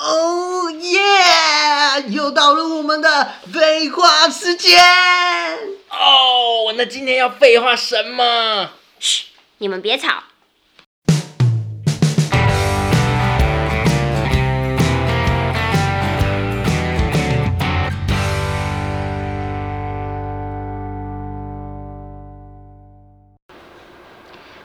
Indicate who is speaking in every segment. Speaker 1: Oh 又到了我们的废话时间。
Speaker 2: 哦，那今天要废话什么？
Speaker 3: 嘘，你们别吵。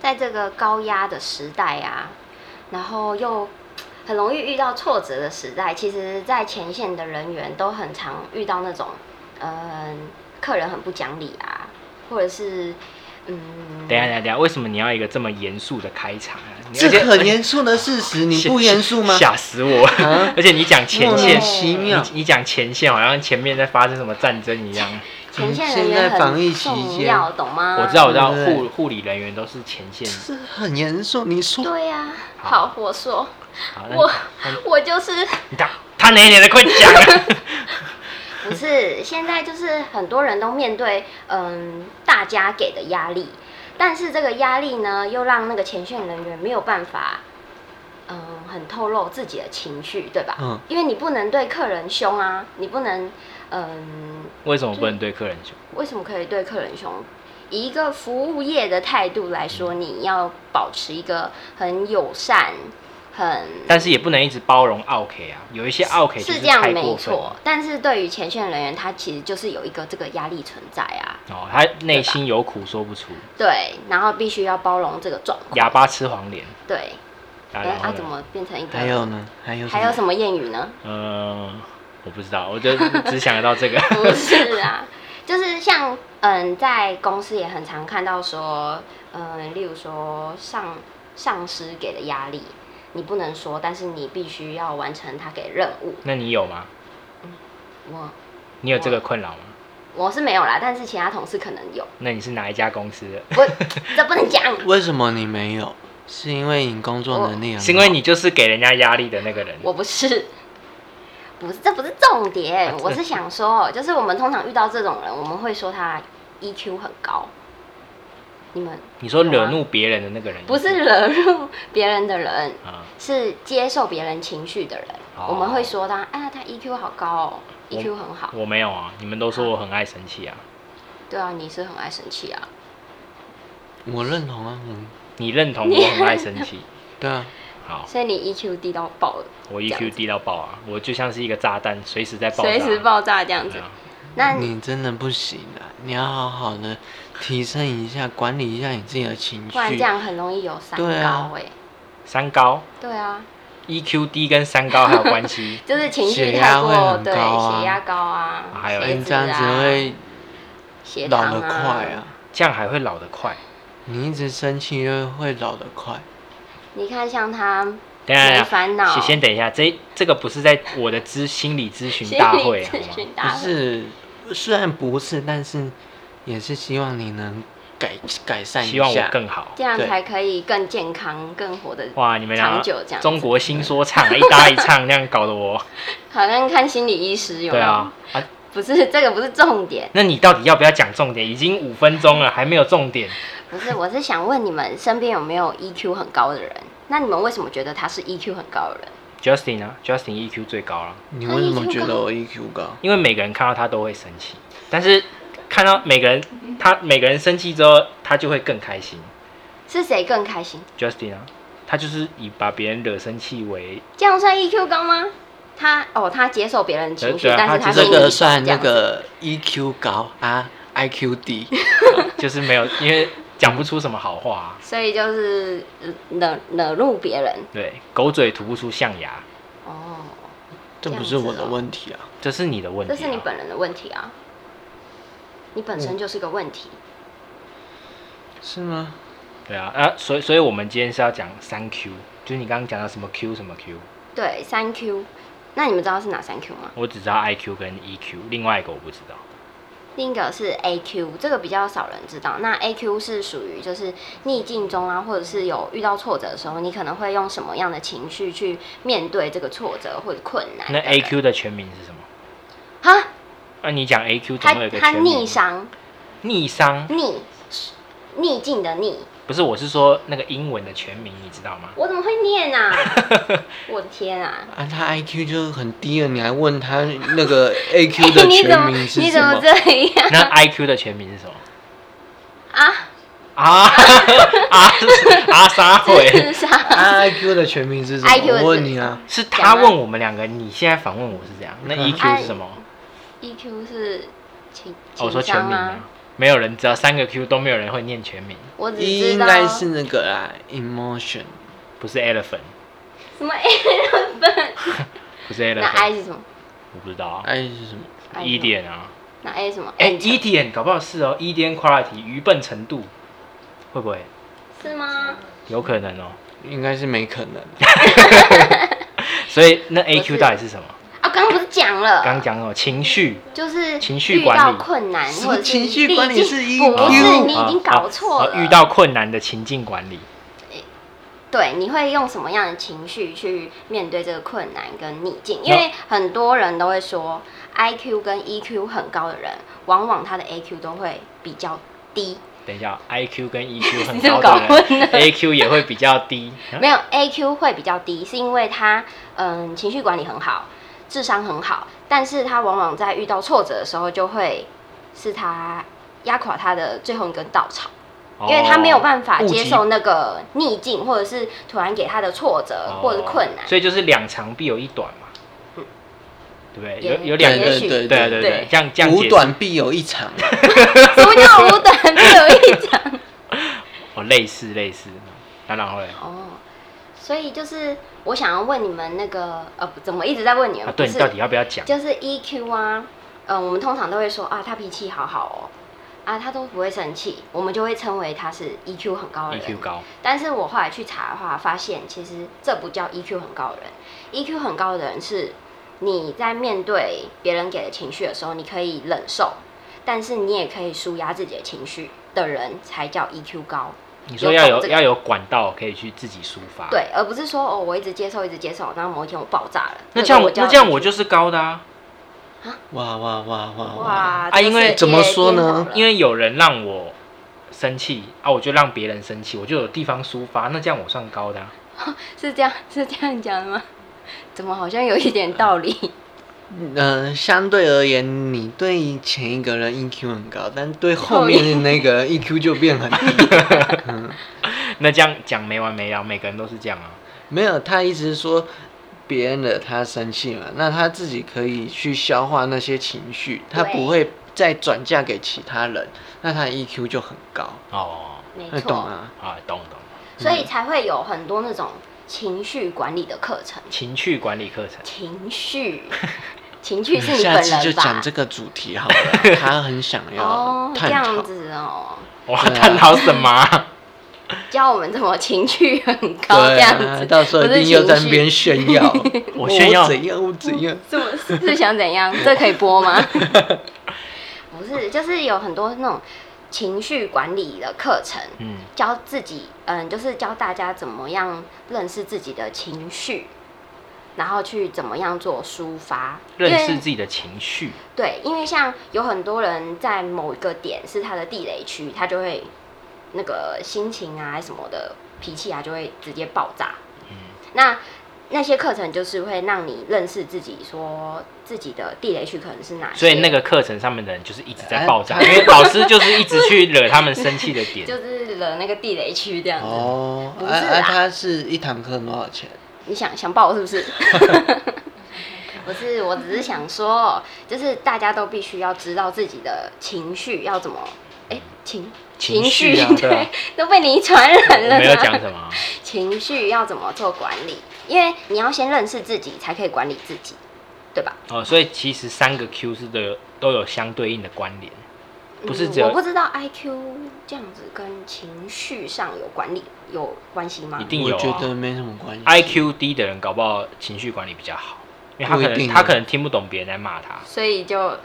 Speaker 3: 在这个高压的时代啊，然后又很容易遇到挫折的时代，其实，在前线的人员都很常遇到那种，嗯、客人很不讲理啊，或者是，嗯，
Speaker 2: 等一下，等一下，等一下，为什么你要一个这么严肃的开场啊？你
Speaker 1: 这
Speaker 2: 而且
Speaker 1: 很严肃的事实，你不严肃吗？
Speaker 2: 吓死我！
Speaker 1: 啊
Speaker 2: 而且你讲前
Speaker 1: 莫
Speaker 2: 线
Speaker 1: 名，其
Speaker 2: 你
Speaker 1: 妙。啊
Speaker 2: 你讲前线，好像前面在发生什么战争一样。
Speaker 3: 前线
Speaker 1: 现
Speaker 3: 人员
Speaker 1: 在防疫
Speaker 3: 很
Speaker 1: 期
Speaker 3: 重
Speaker 1: 间
Speaker 3: 要，懂吗？
Speaker 2: 我知道，我知道，
Speaker 1: 对对对
Speaker 2: 护护理人员都是前线。
Speaker 1: 这很严肃，你说
Speaker 3: 对啊呀、
Speaker 2: 好
Speaker 3: 好，我说，
Speaker 2: 好，那
Speaker 3: 我
Speaker 2: 那你
Speaker 3: 我就是
Speaker 2: 啊你他他哪一年的？快讲啊！
Speaker 3: 不是，现在就是很多人都面对嗯大家给的压力，但是这个压力呢，又让那个前线人员没有办法嗯很透露自己的情绪，对吧？
Speaker 1: 嗯
Speaker 3: 因为你不能对客人凶啊，你不能嗯，
Speaker 2: 为什么不能对客人凶？
Speaker 3: 为什么可以对客人凶？以一个服务业的态度来说，你要保持一个很友善、很
Speaker 2: 但是也不能一直包容 OK 啊，有一些 OK 就是
Speaker 3: 这样
Speaker 2: 太
Speaker 3: 没
Speaker 2: 过分了
Speaker 3: 错。但是对于前线人员，他其实就是有一个这个压力存在啊。
Speaker 2: 哦，他内心有苦说不出，
Speaker 3: 对，然后必须要包容这个状况。
Speaker 2: 哑巴吃黄连。
Speaker 3: 对，哎，
Speaker 2: 啊然
Speaker 3: 他、
Speaker 2: 后
Speaker 3: 怎
Speaker 2: 呢？
Speaker 3: 么变成一个？
Speaker 1: 还有呢？还有
Speaker 3: 还有
Speaker 1: 么？
Speaker 3: 什么谚语呢？
Speaker 2: 嗯，我不知道，我就只想得 到这个。
Speaker 3: 不是啊，就是像嗯，在公司也很常看到说，嗯，例如说上上司给的压力，你不能说，但是你必须要完成他给任务。
Speaker 2: 那你有吗？
Speaker 3: 我
Speaker 2: 你有这个困扰吗？
Speaker 3: 我是没有啦，但是其他同事可能有。
Speaker 2: 那你是哪一家公司的？
Speaker 3: 我这不能讲。
Speaker 1: 为什么你没有？是因为你工作能力
Speaker 3: 哦
Speaker 1: 很好
Speaker 2: 是因为你就是给人家压力的那个人。
Speaker 3: 我不是，不是，这不是重点。我是想说，就是我们通常遇到这种人，我们会说他 EQ 很高。你们
Speaker 2: 你说惹怒别人的那个人，
Speaker 3: 啊不是惹怒别人的人，
Speaker 2: 啊？
Speaker 3: 是接受别人情绪的人。
Speaker 2: 哦
Speaker 3: 我们会说他，啊，他 EQ 好高哦
Speaker 2: 我
Speaker 3: ，EQ 很好。
Speaker 2: 我没有啊，你们都说我很爱生气啊，
Speaker 3: 对啊，你是很爱生气啊。
Speaker 1: 我认同啊，嗯，
Speaker 2: 你认同我很爱 生气？
Speaker 1: 对啊，
Speaker 2: 好，
Speaker 3: 所以你 EQ 低到爆了，
Speaker 2: 我
Speaker 3: 这样
Speaker 2: EQ 低到爆啊，我就像是一个炸弹，随时在爆炸，啊
Speaker 3: 随时爆炸这样子
Speaker 2: 对。啊。
Speaker 3: 那你
Speaker 1: 你真的不行啊！你要好好的提升一下，管理一下你自己的情
Speaker 3: 不然这
Speaker 1: 绪。
Speaker 3: 样很容易有三
Speaker 1: 对啊
Speaker 3: 高哎。
Speaker 2: 三高
Speaker 3: 对啊，，
Speaker 2: EQ 低跟三高还有关系
Speaker 3: 就是情绪
Speaker 1: 血
Speaker 3: 太
Speaker 1: 压会
Speaker 3: 过，
Speaker 1: 很
Speaker 3: 对，
Speaker 1: 高啊哎
Speaker 3: 血压高啊，
Speaker 2: 还有
Speaker 3: 血
Speaker 1: 你
Speaker 3: 脂
Speaker 1: 这样子
Speaker 3: 啊
Speaker 1: 会
Speaker 3: 血
Speaker 1: 老
Speaker 3: 糖
Speaker 1: 得快啊！
Speaker 2: 这样还会老得快。
Speaker 1: 你一直生气就会老得快。
Speaker 3: 你看，像他
Speaker 2: 等一下，
Speaker 3: 没
Speaker 2: 等一下
Speaker 3: 烦恼
Speaker 2: 先先等一下，这这个不是在我的咨心理咨询
Speaker 3: 心
Speaker 2: 大
Speaker 3: 理
Speaker 2: 会啊好
Speaker 3: 咨
Speaker 2: 吗？
Speaker 3: 询大
Speaker 1: 不
Speaker 3: 会，
Speaker 1: 是，虽然不是，但是也是希望你能改改善一下。
Speaker 2: 希望我更好。
Speaker 3: 这样
Speaker 1: 对
Speaker 3: 才可以更健康、更活得
Speaker 2: 哇，你们俩
Speaker 3: 长久这样子
Speaker 2: 中国新说唱一搭一唱，那样搞得我，
Speaker 3: 好像看心理医 师有没
Speaker 2: 对
Speaker 3: 有？
Speaker 2: 啊啊！
Speaker 3: 不是这个，不是重点，
Speaker 2: 那你到底要不要讲重点？已经五分钟了，还没有重点。
Speaker 3: 不是，我是想问你们身边有没有 EQ 很高的人？那你们为什么觉得他是 EQ 很高的人？
Speaker 2: Justin 呢？Justin EQ 最高了，
Speaker 1: 你
Speaker 3: 他
Speaker 1: 为什么
Speaker 3: EQ
Speaker 1: 觉
Speaker 3: 高
Speaker 1: 得我 EQ 高？
Speaker 2: 因为每个人看到他都会生气，但是看到每个人他每个人生气之后，他就会更开心。
Speaker 3: 是谁更开心？
Speaker 2: Justin 啊，他就是以把别人惹生气为，
Speaker 3: 这样算 EQ 高吗？他哦，他接受别人的情绪，
Speaker 2: 对啊
Speaker 3: 但是
Speaker 2: 他
Speaker 3: 他
Speaker 1: 这
Speaker 2: 接受
Speaker 3: 心里
Speaker 1: 个算
Speaker 3: 这
Speaker 1: 那
Speaker 3: 样子
Speaker 1: 个 EQ 高啊，IQ 低。
Speaker 2: 就是没有，因为讲不出什么好话、啊。
Speaker 3: 所以就是惹惹怒别人
Speaker 2: 对，狗嘴吐不出象牙，
Speaker 3: 哦，
Speaker 1: 这不是
Speaker 3: 这样子
Speaker 1: 我的
Speaker 3: 哦
Speaker 1: 问题 啊！
Speaker 2: 这是你的问题、
Speaker 3: 这
Speaker 2: 啊。
Speaker 3: 是你本人的问题啊，你本身就是个问题。啊
Speaker 1: 是吗？
Speaker 2: 对啊，啊，所以所以我们今天是要讲三 Q，就是你刚刚讲到什么 Q 什么 Q，
Speaker 3: 对，三 Q，那你们知道是哪三 Q 吗？
Speaker 2: 我只知道 IQ 跟 EQ，另外一个我不知道。
Speaker 3: 另一个是 AQ，这个比较少人知道。那 AQ 是属于就是逆境中啊，或者是有遇到挫折的时候，你可能会用什么样的情绪去面对这个挫折或者困难？
Speaker 2: 那 AQ 的全名是什么？
Speaker 3: 哈，
Speaker 2: 那、你讲 AQ 总
Speaker 3: 它
Speaker 2: 会有一个
Speaker 3: 它
Speaker 2: 全名。
Speaker 3: 逆商
Speaker 2: 逆商
Speaker 3: 逆逆境的逆，
Speaker 2: 不是，我是说那个英文的全名，你知道吗？
Speaker 3: 我怎么会念啊？ 我的天啊！
Speaker 1: 啊，他 IQ 就很低啊了，你还问他那 个 AQ 的
Speaker 3: 哎你怎
Speaker 1: 全
Speaker 3: 么
Speaker 1: 名是
Speaker 3: 你
Speaker 1: 什
Speaker 3: 怎么
Speaker 1: 么？
Speaker 3: 这样
Speaker 2: 那 IQ 的全名是什么？
Speaker 3: 啊？
Speaker 2: 啊 啊啊！撒
Speaker 3: 自
Speaker 2: 回
Speaker 3: 杀？
Speaker 1: 啊 IQ 的全名是什么
Speaker 3: IQ 的？
Speaker 1: 我问你啊，
Speaker 2: 是他问我们两个，你现在反问我是这样。那
Speaker 1: 嗯
Speaker 2: EQ 是什么？
Speaker 3: EQ E 是情
Speaker 2: 哦我
Speaker 3: 情
Speaker 2: 说全
Speaker 3: 商
Speaker 2: 名
Speaker 3: 吗
Speaker 2: 啊？，没有人知道，三个 Q 都没有人会念全名，
Speaker 3: 我只知
Speaker 1: 应
Speaker 3: 道
Speaker 1: 该是那个啦，emotion
Speaker 2: 不是 elephant，
Speaker 3: 什么 A 分，
Speaker 2: 不是
Speaker 3: 那 I
Speaker 2: elephant，
Speaker 3: 是什么
Speaker 2: 我不知道啊。
Speaker 1: I 哎是什么？
Speaker 3: I 是什么
Speaker 2: E 点啊，
Speaker 3: 那 A 是什么？
Speaker 2: 哎，E 点搞不好是哦，E 点 quality 愚笨程度会不会
Speaker 3: 是吗？
Speaker 2: 有可能哦？
Speaker 1: 应该是没可能。
Speaker 2: 所以那
Speaker 3: 不是
Speaker 2: AQ 到底是什么？
Speaker 3: 啊，刚刚不是讲了，
Speaker 2: 刚讲哦，情绪
Speaker 3: 就是
Speaker 2: 情绪
Speaker 3: 遇
Speaker 2: 管
Speaker 3: 到
Speaker 2: 理
Speaker 3: 困难
Speaker 1: 什么
Speaker 3: 或者是
Speaker 1: 情绪
Speaker 3: 你已
Speaker 1: 管理
Speaker 3: 经
Speaker 1: 是
Speaker 3: 不是
Speaker 1: EQ
Speaker 3: 你已经搞错
Speaker 2: E 啊
Speaker 3: 了，
Speaker 2: 啊遇到困难的情境管理，
Speaker 3: 对，你会用什么样的情绪去面对这个困难跟逆境？因
Speaker 2: 那
Speaker 3: 为很多人都会说，I Q 跟 E Q 很高的人，往往他的 A Q 都会比较低，
Speaker 2: 等一下，IQ 跟 EQ 很
Speaker 3: 你怎么
Speaker 2: 高
Speaker 3: 搞
Speaker 2: 的人
Speaker 3: 混了
Speaker 2: ，AQ 也会比较低。啊
Speaker 3: 没有 A Q 会比较低，是因为他嗯情绪管理很好，智商很好，但是他往往在遇到挫折的时候，就会是他压垮他的最后一根稻草。因为他没有办法
Speaker 2: 哦
Speaker 3: 接受那个逆境，或者是突然给他的挫折
Speaker 2: 哦
Speaker 3: 或者是困难，
Speaker 2: 所以就是两长必有一短嘛，对不对？
Speaker 3: 也
Speaker 2: 有有两
Speaker 3: 也
Speaker 2: 个，
Speaker 3: 许
Speaker 1: 对
Speaker 2: 对对
Speaker 3: 对
Speaker 2: 对，这样这样
Speaker 1: 苦
Speaker 2: 解释，
Speaker 1: 短必有一长，
Speaker 3: 什么叫无短必有一长？
Speaker 2: 哦，类似类似，那然后嘞，
Speaker 3: 哦，所以就是我想要问你们那个呃，不怎么一直在问你们？
Speaker 2: 啊，对
Speaker 3: 不
Speaker 2: 你
Speaker 3: 是
Speaker 2: 到底要不要讲？
Speaker 3: 就是 EQ 啊，呃，我们通常都会说啊，他脾气好好哦，啊，他都不会生气，我们就会称为他是 EQ 很高的人。
Speaker 2: EQ ？E 高，
Speaker 3: 但是我后来去查的话，发现其实这不叫 EQ 很高的人，EQ 很高的人是你在面对别人给的情绪的时候，你可以忍受，但是你也可以舒压自己的情绪的人才叫 EQ 高。
Speaker 2: 你说要
Speaker 3: 有懂
Speaker 2: 有
Speaker 3: 这个
Speaker 2: 要有管道可以去自己抒发，。
Speaker 3: 对，而不是说哦，我一直接受，一直接受，然后某一天我爆炸了。
Speaker 2: 那
Speaker 3: 个
Speaker 2: 这样
Speaker 3: 我
Speaker 2: 我
Speaker 3: 叫
Speaker 2: 那这样我就是高的啊，
Speaker 1: 哇哇哇哇哇！
Speaker 3: 哇
Speaker 2: 啊因为
Speaker 1: 怎么说呢
Speaker 2: 因
Speaker 3: 为
Speaker 2: 为有人让我生气啊，我就让别人生气，我就有地方抒发，那这样我算高的啊。
Speaker 3: 是这样是这样讲的吗？ 怎么好像有一点道 理？
Speaker 1: 呃，相对而言，你对前一个人 EQ 很高，但对后面的那个 EQ 就变很低。
Speaker 2: 那这样讲没完没了，每个人都是这样啊。
Speaker 1: 没有，他一直说别人惹他生气嘛，那他自己可以去消化那些情绪，他
Speaker 3: 对
Speaker 1: 不会再转嫁给其他人，那他的 EQ 就很高，
Speaker 2: 哦，
Speaker 3: 没
Speaker 1: 那懂
Speaker 3: 错，
Speaker 1: 啊？
Speaker 2: 啊，懂懂。
Speaker 3: 所以才会有很多那种情绪管理的课程。
Speaker 2: 情绪管理课程，
Speaker 3: 情绪，情绪是你
Speaker 1: 下
Speaker 3: 本
Speaker 1: 次就
Speaker 3: 人
Speaker 1: 讲
Speaker 3: 吧？
Speaker 1: 这个主题好了，他很想要
Speaker 3: 哦，这
Speaker 1: 探讨
Speaker 3: 样。子哦，
Speaker 2: 我要探讨什 么啊？
Speaker 3: 教我们怎么情绪很 高这
Speaker 1: 对
Speaker 3: 样
Speaker 1: 啊，
Speaker 3: 子，
Speaker 1: 到时候一
Speaker 3: 不是
Speaker 1: 定又
Speaker 3: 情
Speaker 1: 在那
Speaker 3: 绪
Speaker 1: 边炫耀，
Speaker 2: 我炫耀
Speaker 1: 怎样，我怎样。
Speaker 3: 怎么是是想怎样？这可以播 吗？不是，就是有很多那种情绪管理的课程，
Speaker 2: 嗯，
Speaker 3: 教自己，嗯，就是教大家怎么样认识自己的情绪，然后去怎么样做抒发，
Speaker 2: 认
Speaker 3: 因
Speaker 2: 识
Speaker 3: 为
Speaker 2: 自己的情绪，
Speaker 3: 对，因为像有很多人在某一个点是他的地雷区，他就会那个心情啊什么的脾气啊就会直接爆炸。
Speaker 2: 嗯
Speaker 3: 那那些课程就是会让你认识自己，说自己的地雷区可能是哪些。
Speaker 2: 所以那个课程上面的人就是一直在爆炸，
Speaker 1: 哎
Speaker 2: 因为老师就是一直去惹他们生气的
Speaker 3: 啊
Speaker 2: 点
Speaker 3: 就。是惹那个地雷区这样子。
Speaker 1: 哦，
Speaker 3: 不
Speaker 1: 啊
Speaker 3: 是
Speaker 1: 啊，
Speaker 3: 啦
Speaker 1: 他是一堂课多少钱？
Speaker 3: 你想想爆是不是？ 不是，我只是想说，就是大家都必须要知道自己的情绪要怎么，哎、情
Speaker 2: 情绪啊对
Speaker 3: 对
Speaker 2: 啊，
Speaker 3: 都被你传
Speaker 2: 我
Speaker 3: 染了。
Speaker 2: 没有讲什么啊，
Speaker 3: 情绪要怎么做管理？因为你要先认识自己，才可以管理自己，对吧？
Speaker 2: 哦，所以其实三个 Q 是都有都有相对应的关联，不是只
Speaker 3: 嗯我不
Speaker 2: 有
Speaker 3: 知道 IQ 这样子跟情绪上有管理有关系吗
Speaker 2: 一？定有
Speaker 1: 我觉
Speaker 2: 啊。
Speaker 1: 得没什么关系。
Speaker 2: IQ 低的人搞不好情绪管理比较好，因为他可
Speaker 1: 不一
Speaker 2: 能
Speaker 1: 定啊
Speaker 2: 他可能听不懂别人在骂他。
Speaker 3: 所以就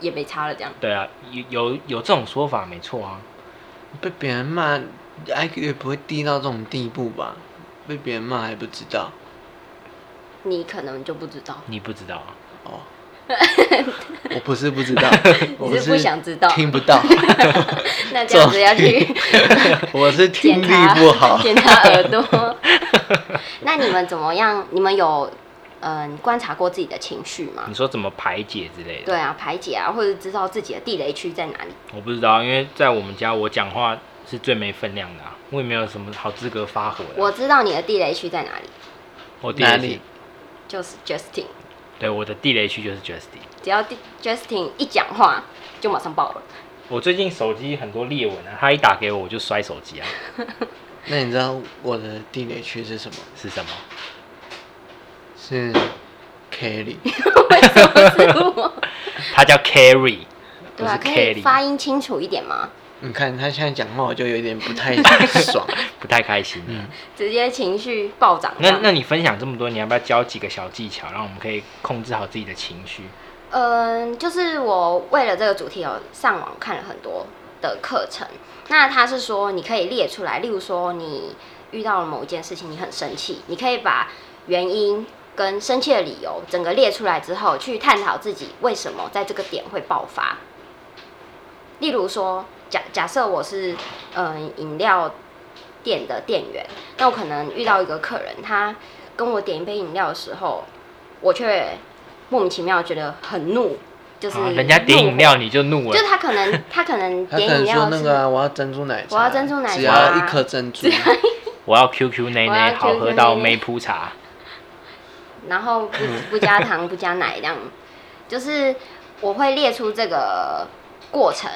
Speaker 3: 也没差了，这样
Speaker 2: 对啊，有有有这种说法没错啊。
Speaker 1: 被别人骂，IQ 也不会低到这种地步吧？被别 人骂还不知道
Speaker 3: 你可能就不知道。
Speaker 2: 你不知道啊，
Speaker 1: 哦。我不是不知道，我
Speaker 3: 你是不想知道
Speaker 1: 听不 到，
Speaker 3: 那这样子要去
Speaker 1: 我是听
Speaker 3: 检
Speaker 1: 力
Speaker 3: 查。
Speaker 1: 不好
Speaker 3: 检查耳 朵。那你们怎么样？你们有嗯、观察过自己的情绪吗
Speaker 2: 你？说怎么排解之类的？
Speaker 3: 对啊，排解啊，或者知道自己的地雷区在哪里？
Speaker 2: 我不知道，啊因为在我们家我讲话是最没分量的、啊，我也没有什么好资格发火的啊、
Speaker 3: 我知道你的地雷区在哪里，
Speaker 2: 我地
Speaker 1: 哪
Speaker 2: 雷
Speaker 1: 里
Speaker 2: 区？
Speaker 3: 就是 Justin。
Speaker 2: 对我的地雷区就是 Justin。
Speaker 3: 只要地 Justin 一讲话，就马上爆 了。
Speaker 2: 我最近手机很多裂纹啊，他一打给我我就摔手机啊，
Speaker 1: 那你知道我的地雷区是什么？
Speaker 2: 是什么？
Speaker 1: 是 Kelly，
Speaker 3: 为什么是我？
Speaker 2: 他叫 Carry，
Speaker 3: 对
Speaker 2: 不是
Speaker 3: 啊，可以
Speaker 2: Kelly，
Speaker 3: 发音清楚一点吗？
Speaker 1: 你看他现在讲话，我就有点不 太爽。
Speaker 2: 不太开心、啊。
Speaker 3: 直接情绪暴涨这
Speaker 2: 那
Speaker 3: 样。
Speaker 2: 那你分享这么多，你要不要教几个小技巧，让我们可以控制好自己的情绪？
Speaker 3: 嗯，就是我为了这个主题有上网看了很多的课程。那他是说你可以列出来，例如说你遇到了某一件事情，你很生气，你可以把原因跟生气的理由整个列出来之后，去探讨自己为什么在这个点会爆发。例如说，假假设我是嗯饮料店的店员，那我可能遇到一个客人，他跟我点一杯饮料的时候，我却莫名其妙觉得很怒，就是、
Speaker 2: 啊、人家点饮，料你就怒
Speaker 3: 就是
Speaker 2: 了，
Speaker 3: 他可能他可能
Speaker 1: 他可
Speaker 3: 点饮
Speaker 1: 能说
Speaker 3: 料
Speaker 1: 那
Speaker 3: 是
Speaker 1: 个、啊、我要珍珠奶茶，
Speaker 3: 我要珍珠奶茶
Speaker 1: 只要一颗珍 珠，
Speaker 2: 我要 QQ 奶
Speaker 3: 我要
Speaker 2: 奶
Speaker 3: QQ
Speaker 2: 好喝到
Speaker 3: 奶奶
Speaker 2: 没铺茶，
Speaker 3: 然后不
Speaker 2: 嗯
Speaker 3: 不加 糖不加奶这样，就是我会列出这个过程，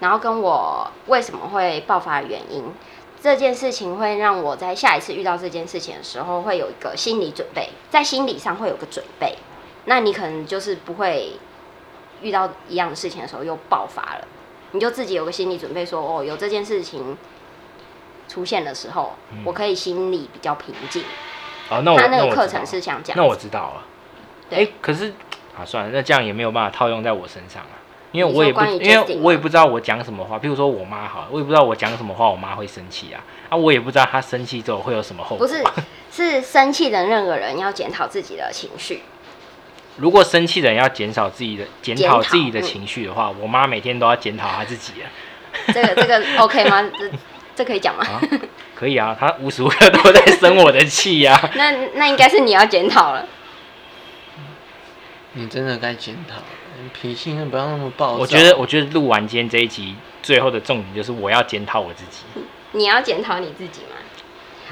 Speaker 3: 然后跟我为什么会爆发的原因，这件事情会让我在下一次遇到这件事情的时候会有一个心理准备，在心理上会有个准备，那你可能就是不会遇到一样的事情的时候又爆发了，你就自己有个心理准备说，哦有这件事情出现的时候，我可以心里比较平静。
Speaker 2: 哦，嗯那我
Speaker 3: 他那
Speaker 2: 我
Speaker 3: 个
Speaker 2: 知道
Speaker 3: 课程是想讲
Speaker 2: 那我知道了。哎、
Speaker 3: 对
Speaker 2: 可是啊，算了，那这样也没有办法套用在我身上啊，因为
Speaker 3: 你
Speaker 2: 我也
Speaker 3: 说
Speaker 2: 不，
Speaker 3: 关于啊
Speaker 2: 因
Speaker 3: Justin
Speaker 2: 为
Speaker 3: 吗
Speaker 2: 我也不知道我讲什么话，譬如说我妈好了，我也不知道我讲什么话，我妈会生气啊，啊，我也不知道她生气之后会有什么后果。
Speaker 3: 不是，是生气的那个人要检讨自己的情绪。
Speaker 2: 如果生气的人要减少自己的检讨
Speaker 3: 检讨
Speaker 2: 自己的
Speaker 3: 嗯
Speaker 2: 情绪的话，我妈每天都要检讨她自己啊。
Speaker 3: 这个这个 OK 吗？这这可以讲吗？
Speaker 2: 啊，可以啊，他无时无刻都在生我的气呀、啊。
Speaker 3: 那那应该是你要检讨了。
Speaker 1: 你真的该检讨了，你脾气不要那么暴躁。
Speaker 2: 我觉
Speaker 3: 啊
Speaker 2: 得，我觉得录完今天这一集，最后的重点就是我要检讨我自己。
Speaker 3: 你要检讨你自己吗？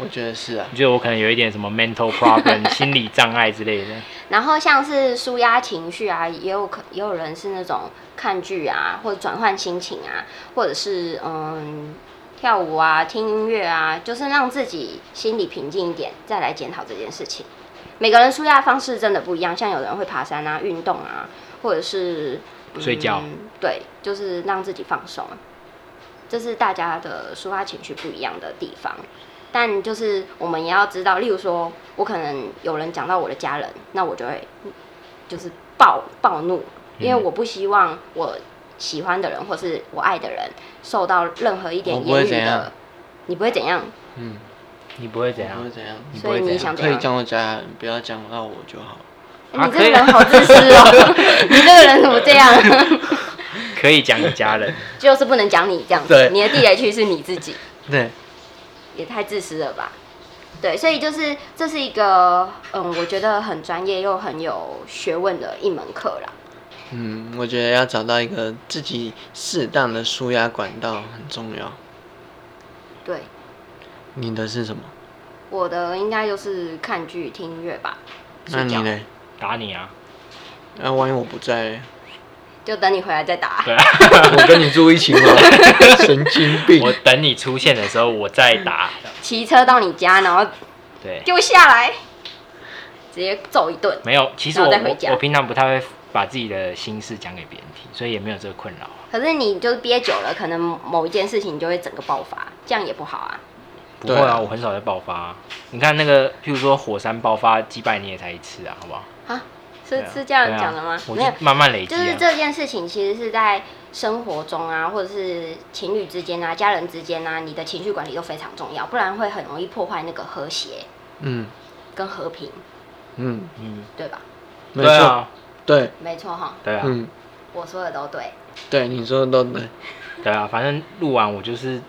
Speaker 1: 我觉得是啊
Speaker 2: 我，觉得我可能有一点什么 mental problem 心理障碍之类的。
Speaker 3: 然后像是舒压情绪啊，也有可也有人是那种看剧啊，或者转换心情啊，或者是嗯跳舞啊、听音乐啊，就是让自己心里平静一点，再来检讨这件事情。每个人舒压方式真的不一样，像有人会爬山啊、运动啊，或者是、嗯
Speaker 2: 睡觉
Speaker 3: 对，就是让自己放松。这是大家的抒发情绪不一样的地方。但就是我们也要知道，例如说，我可能有人讲到我的家人，那我就会就是暴暴怒，
Speaker 1: 嗯
Speaker 3: 因为我不希望我喜欢的人或是我爱的人受到任何一
Speaker 1: 我
Speaker 3: 点
Speaker 1: 不会
Speaker 3: 言语
Speaker 1: 怎
Speaker 3: 的
Speaker 1: 样，
Speaker 3: 你不会怎样，
Speaker 1: 嗯，
Speaker 2: 你不会怎
Speaker 1: 我
Speaker 2: 样
Speaker 1: 会？怎样？
Speaker 2: 你不
Speaker 3: 所以
Speaker 2: 会
Speaker 3: 你
Speaker 2: 怎
Speaker 3: 想
Speaker 2: 样？
Speaker 3: 怎
Speaker 1: 可以
Speaker 3: 样？
Speaker 1: 讲我家人，不要讲到我就好。
Speaker 3: 哎
Speaker 2: 啊
Speaker 3: 你这个
Speaker 2: 可以
Speaker 3: 人好自私哦， 你这个人怎么这 样？
Speaker 2: 可以讲你家人。
Speaker 3: 就是不能讲你这样子
Speaker 1: 对，
Speaker 3: 你的地雷区是你自己。
Speaker 1: 对，
Speaker 3: 也太自私了吧？对，所以就是这是一个嗯，我觉得很专业又很有学问的一门课啦。
Speaker 1: 嗯，我觉得要找到一个自己适当的舒压管道很重要。
Speaker 3: 对，
Speaker 1: 你的是什么？
Speaker 3: 我的应该就是看剧、听音乐吧，
Speaker 1: 那
Speaker 3: 睡
Speaker 1: 你
Speaker 3: 觉，
Speaker 1: 呢？
Speaker 2: 打 你啊！
Speaker 1: 那、万一我不在 嘞，
Speaker 3: 就等你回来再打。
Speaker 2: 对啊，
Speaker 1: 我跟你住一起 吗？神经病！
Speaker 2: 我等你出现的时候我再打。
Speaker 3: 骑车到你家，然后
Speaker 2: 对，
Speaker 3: 丢下来，直接揍一顿，
Speaker 2: 没有。其实
Speaker 3: 然
Speaker 2: 我
Speaker 3: 后再回
Speaker 2: 我
Speaker 3: 家
Speaker 2: 我平常不太会把自己的心事讲给别人听，所以也没有这个困扰啊。
Speaker 3: 可是你就是憋久了，可能某一件事情你就会整个爆发，这样也不好啊。
Speaker 2: 不会
Speaker 1: 对
Speaker 2: 啊，
Speaker 1: 啊
Speaker 2: 我很少在爆发、你看那个，譬如说火山爆发，几百年也才一次啊，好不好？
Speaker 3: 啊，
Speaker 2: 对
Speaker 3: 是
Speaker 2: 啊
Speaker 3: 是这样讲的吗？
Speaker 2: 对啊我
Speaker 3: 没有
Speaker 2: 就，慢慢累积、
Speaker 3: 就
Speaker 2: 啊。
Speaker 3: 是这件事情，其实是在生活中啊，或者是情侣之间啊、家人之间啊，你的情绪管理都非常重要，不然会很容易破坏那个和谐
Speaker 1: 嗯
Speaker 3: 跟和平，
Speaker 1: 嗯，
Speaker 2: 嗯，
Speaker 3: 对吧？
Speaker 1: 没
Speaker 2: 对
Speaker 1: 错，
Speaker 2: 啊，
Speaker 1: 对，
Speaker 3: 没错哈，
Speaker 2: 对啊，
Speaker 1: 嗯，
Speaker 3: 我说的都对。
Speaker 1: 对，你说的都对，
Speaker 2: 对啊，反正录完我就是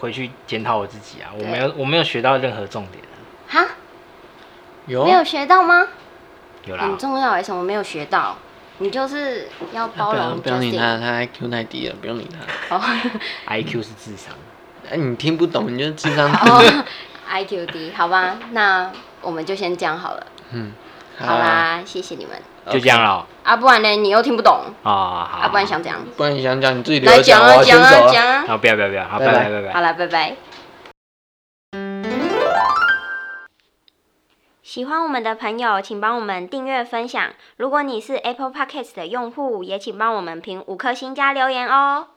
Speaker 2: 回去检讨我自己啊，我
Speaker 3: 对
Speaker 2: 没有我没有学到任何重点，啊
Speaker 3: 哈，
Speaker 1: 有啊
Speaker 3: 没有学到吗？
Speaker 2: 有啦
Speaker 3: 很，重要哎，什么没有学到？你就是要包
Speaker 1: 啊不要
Speaker 3: 容
Speaker 1: 不要理
Speaker 3: Justin。
Speaker 1: 他，他 IQ 太低了，不用理他。
Speaker 3: 哦
Speaker 2: IQ 是智商，
Speaker 1: 哎，你听不懂，你就智商低。
Speaker 3: 哦，IQ 低，好吧，那我们就先这样好了。
Speaker 1: 嗯，
Speaker 3: 好，啦，谢谢你们。
Speaker 2: 就这样了
Speaker 3: 啊，不然呢？你又听不懂，
Speaker 2: 哦啊，好，哦
Speaker 3: 啊，不然想怎样？
Speaker 1: 不然你想讲你自己留
Speaker 3: 来
Speaker 1: 着
Speaker 3: 讲
Speaker 1: 我
Speaker 3: 啊，
Speaker 1: 要
Speaker 3: 讲
Speaker 1: 先走
Speaker 3: 啊，
Speaker 1: 了
Speaker 3: 讲啊。
Speaker 2: 好，不要不要不要，好，
Speaker 1: 拜
Speaker 2: 拜
Speaker 1: 拜
Speaker 2: 拜拜拜
Speaker 3: 好。了，拜拜。喜欢我们的朋友，请帮我们订阅分享。如果你是 Apple Podcast 的用户，也请帮我们评五颗星加留言哦。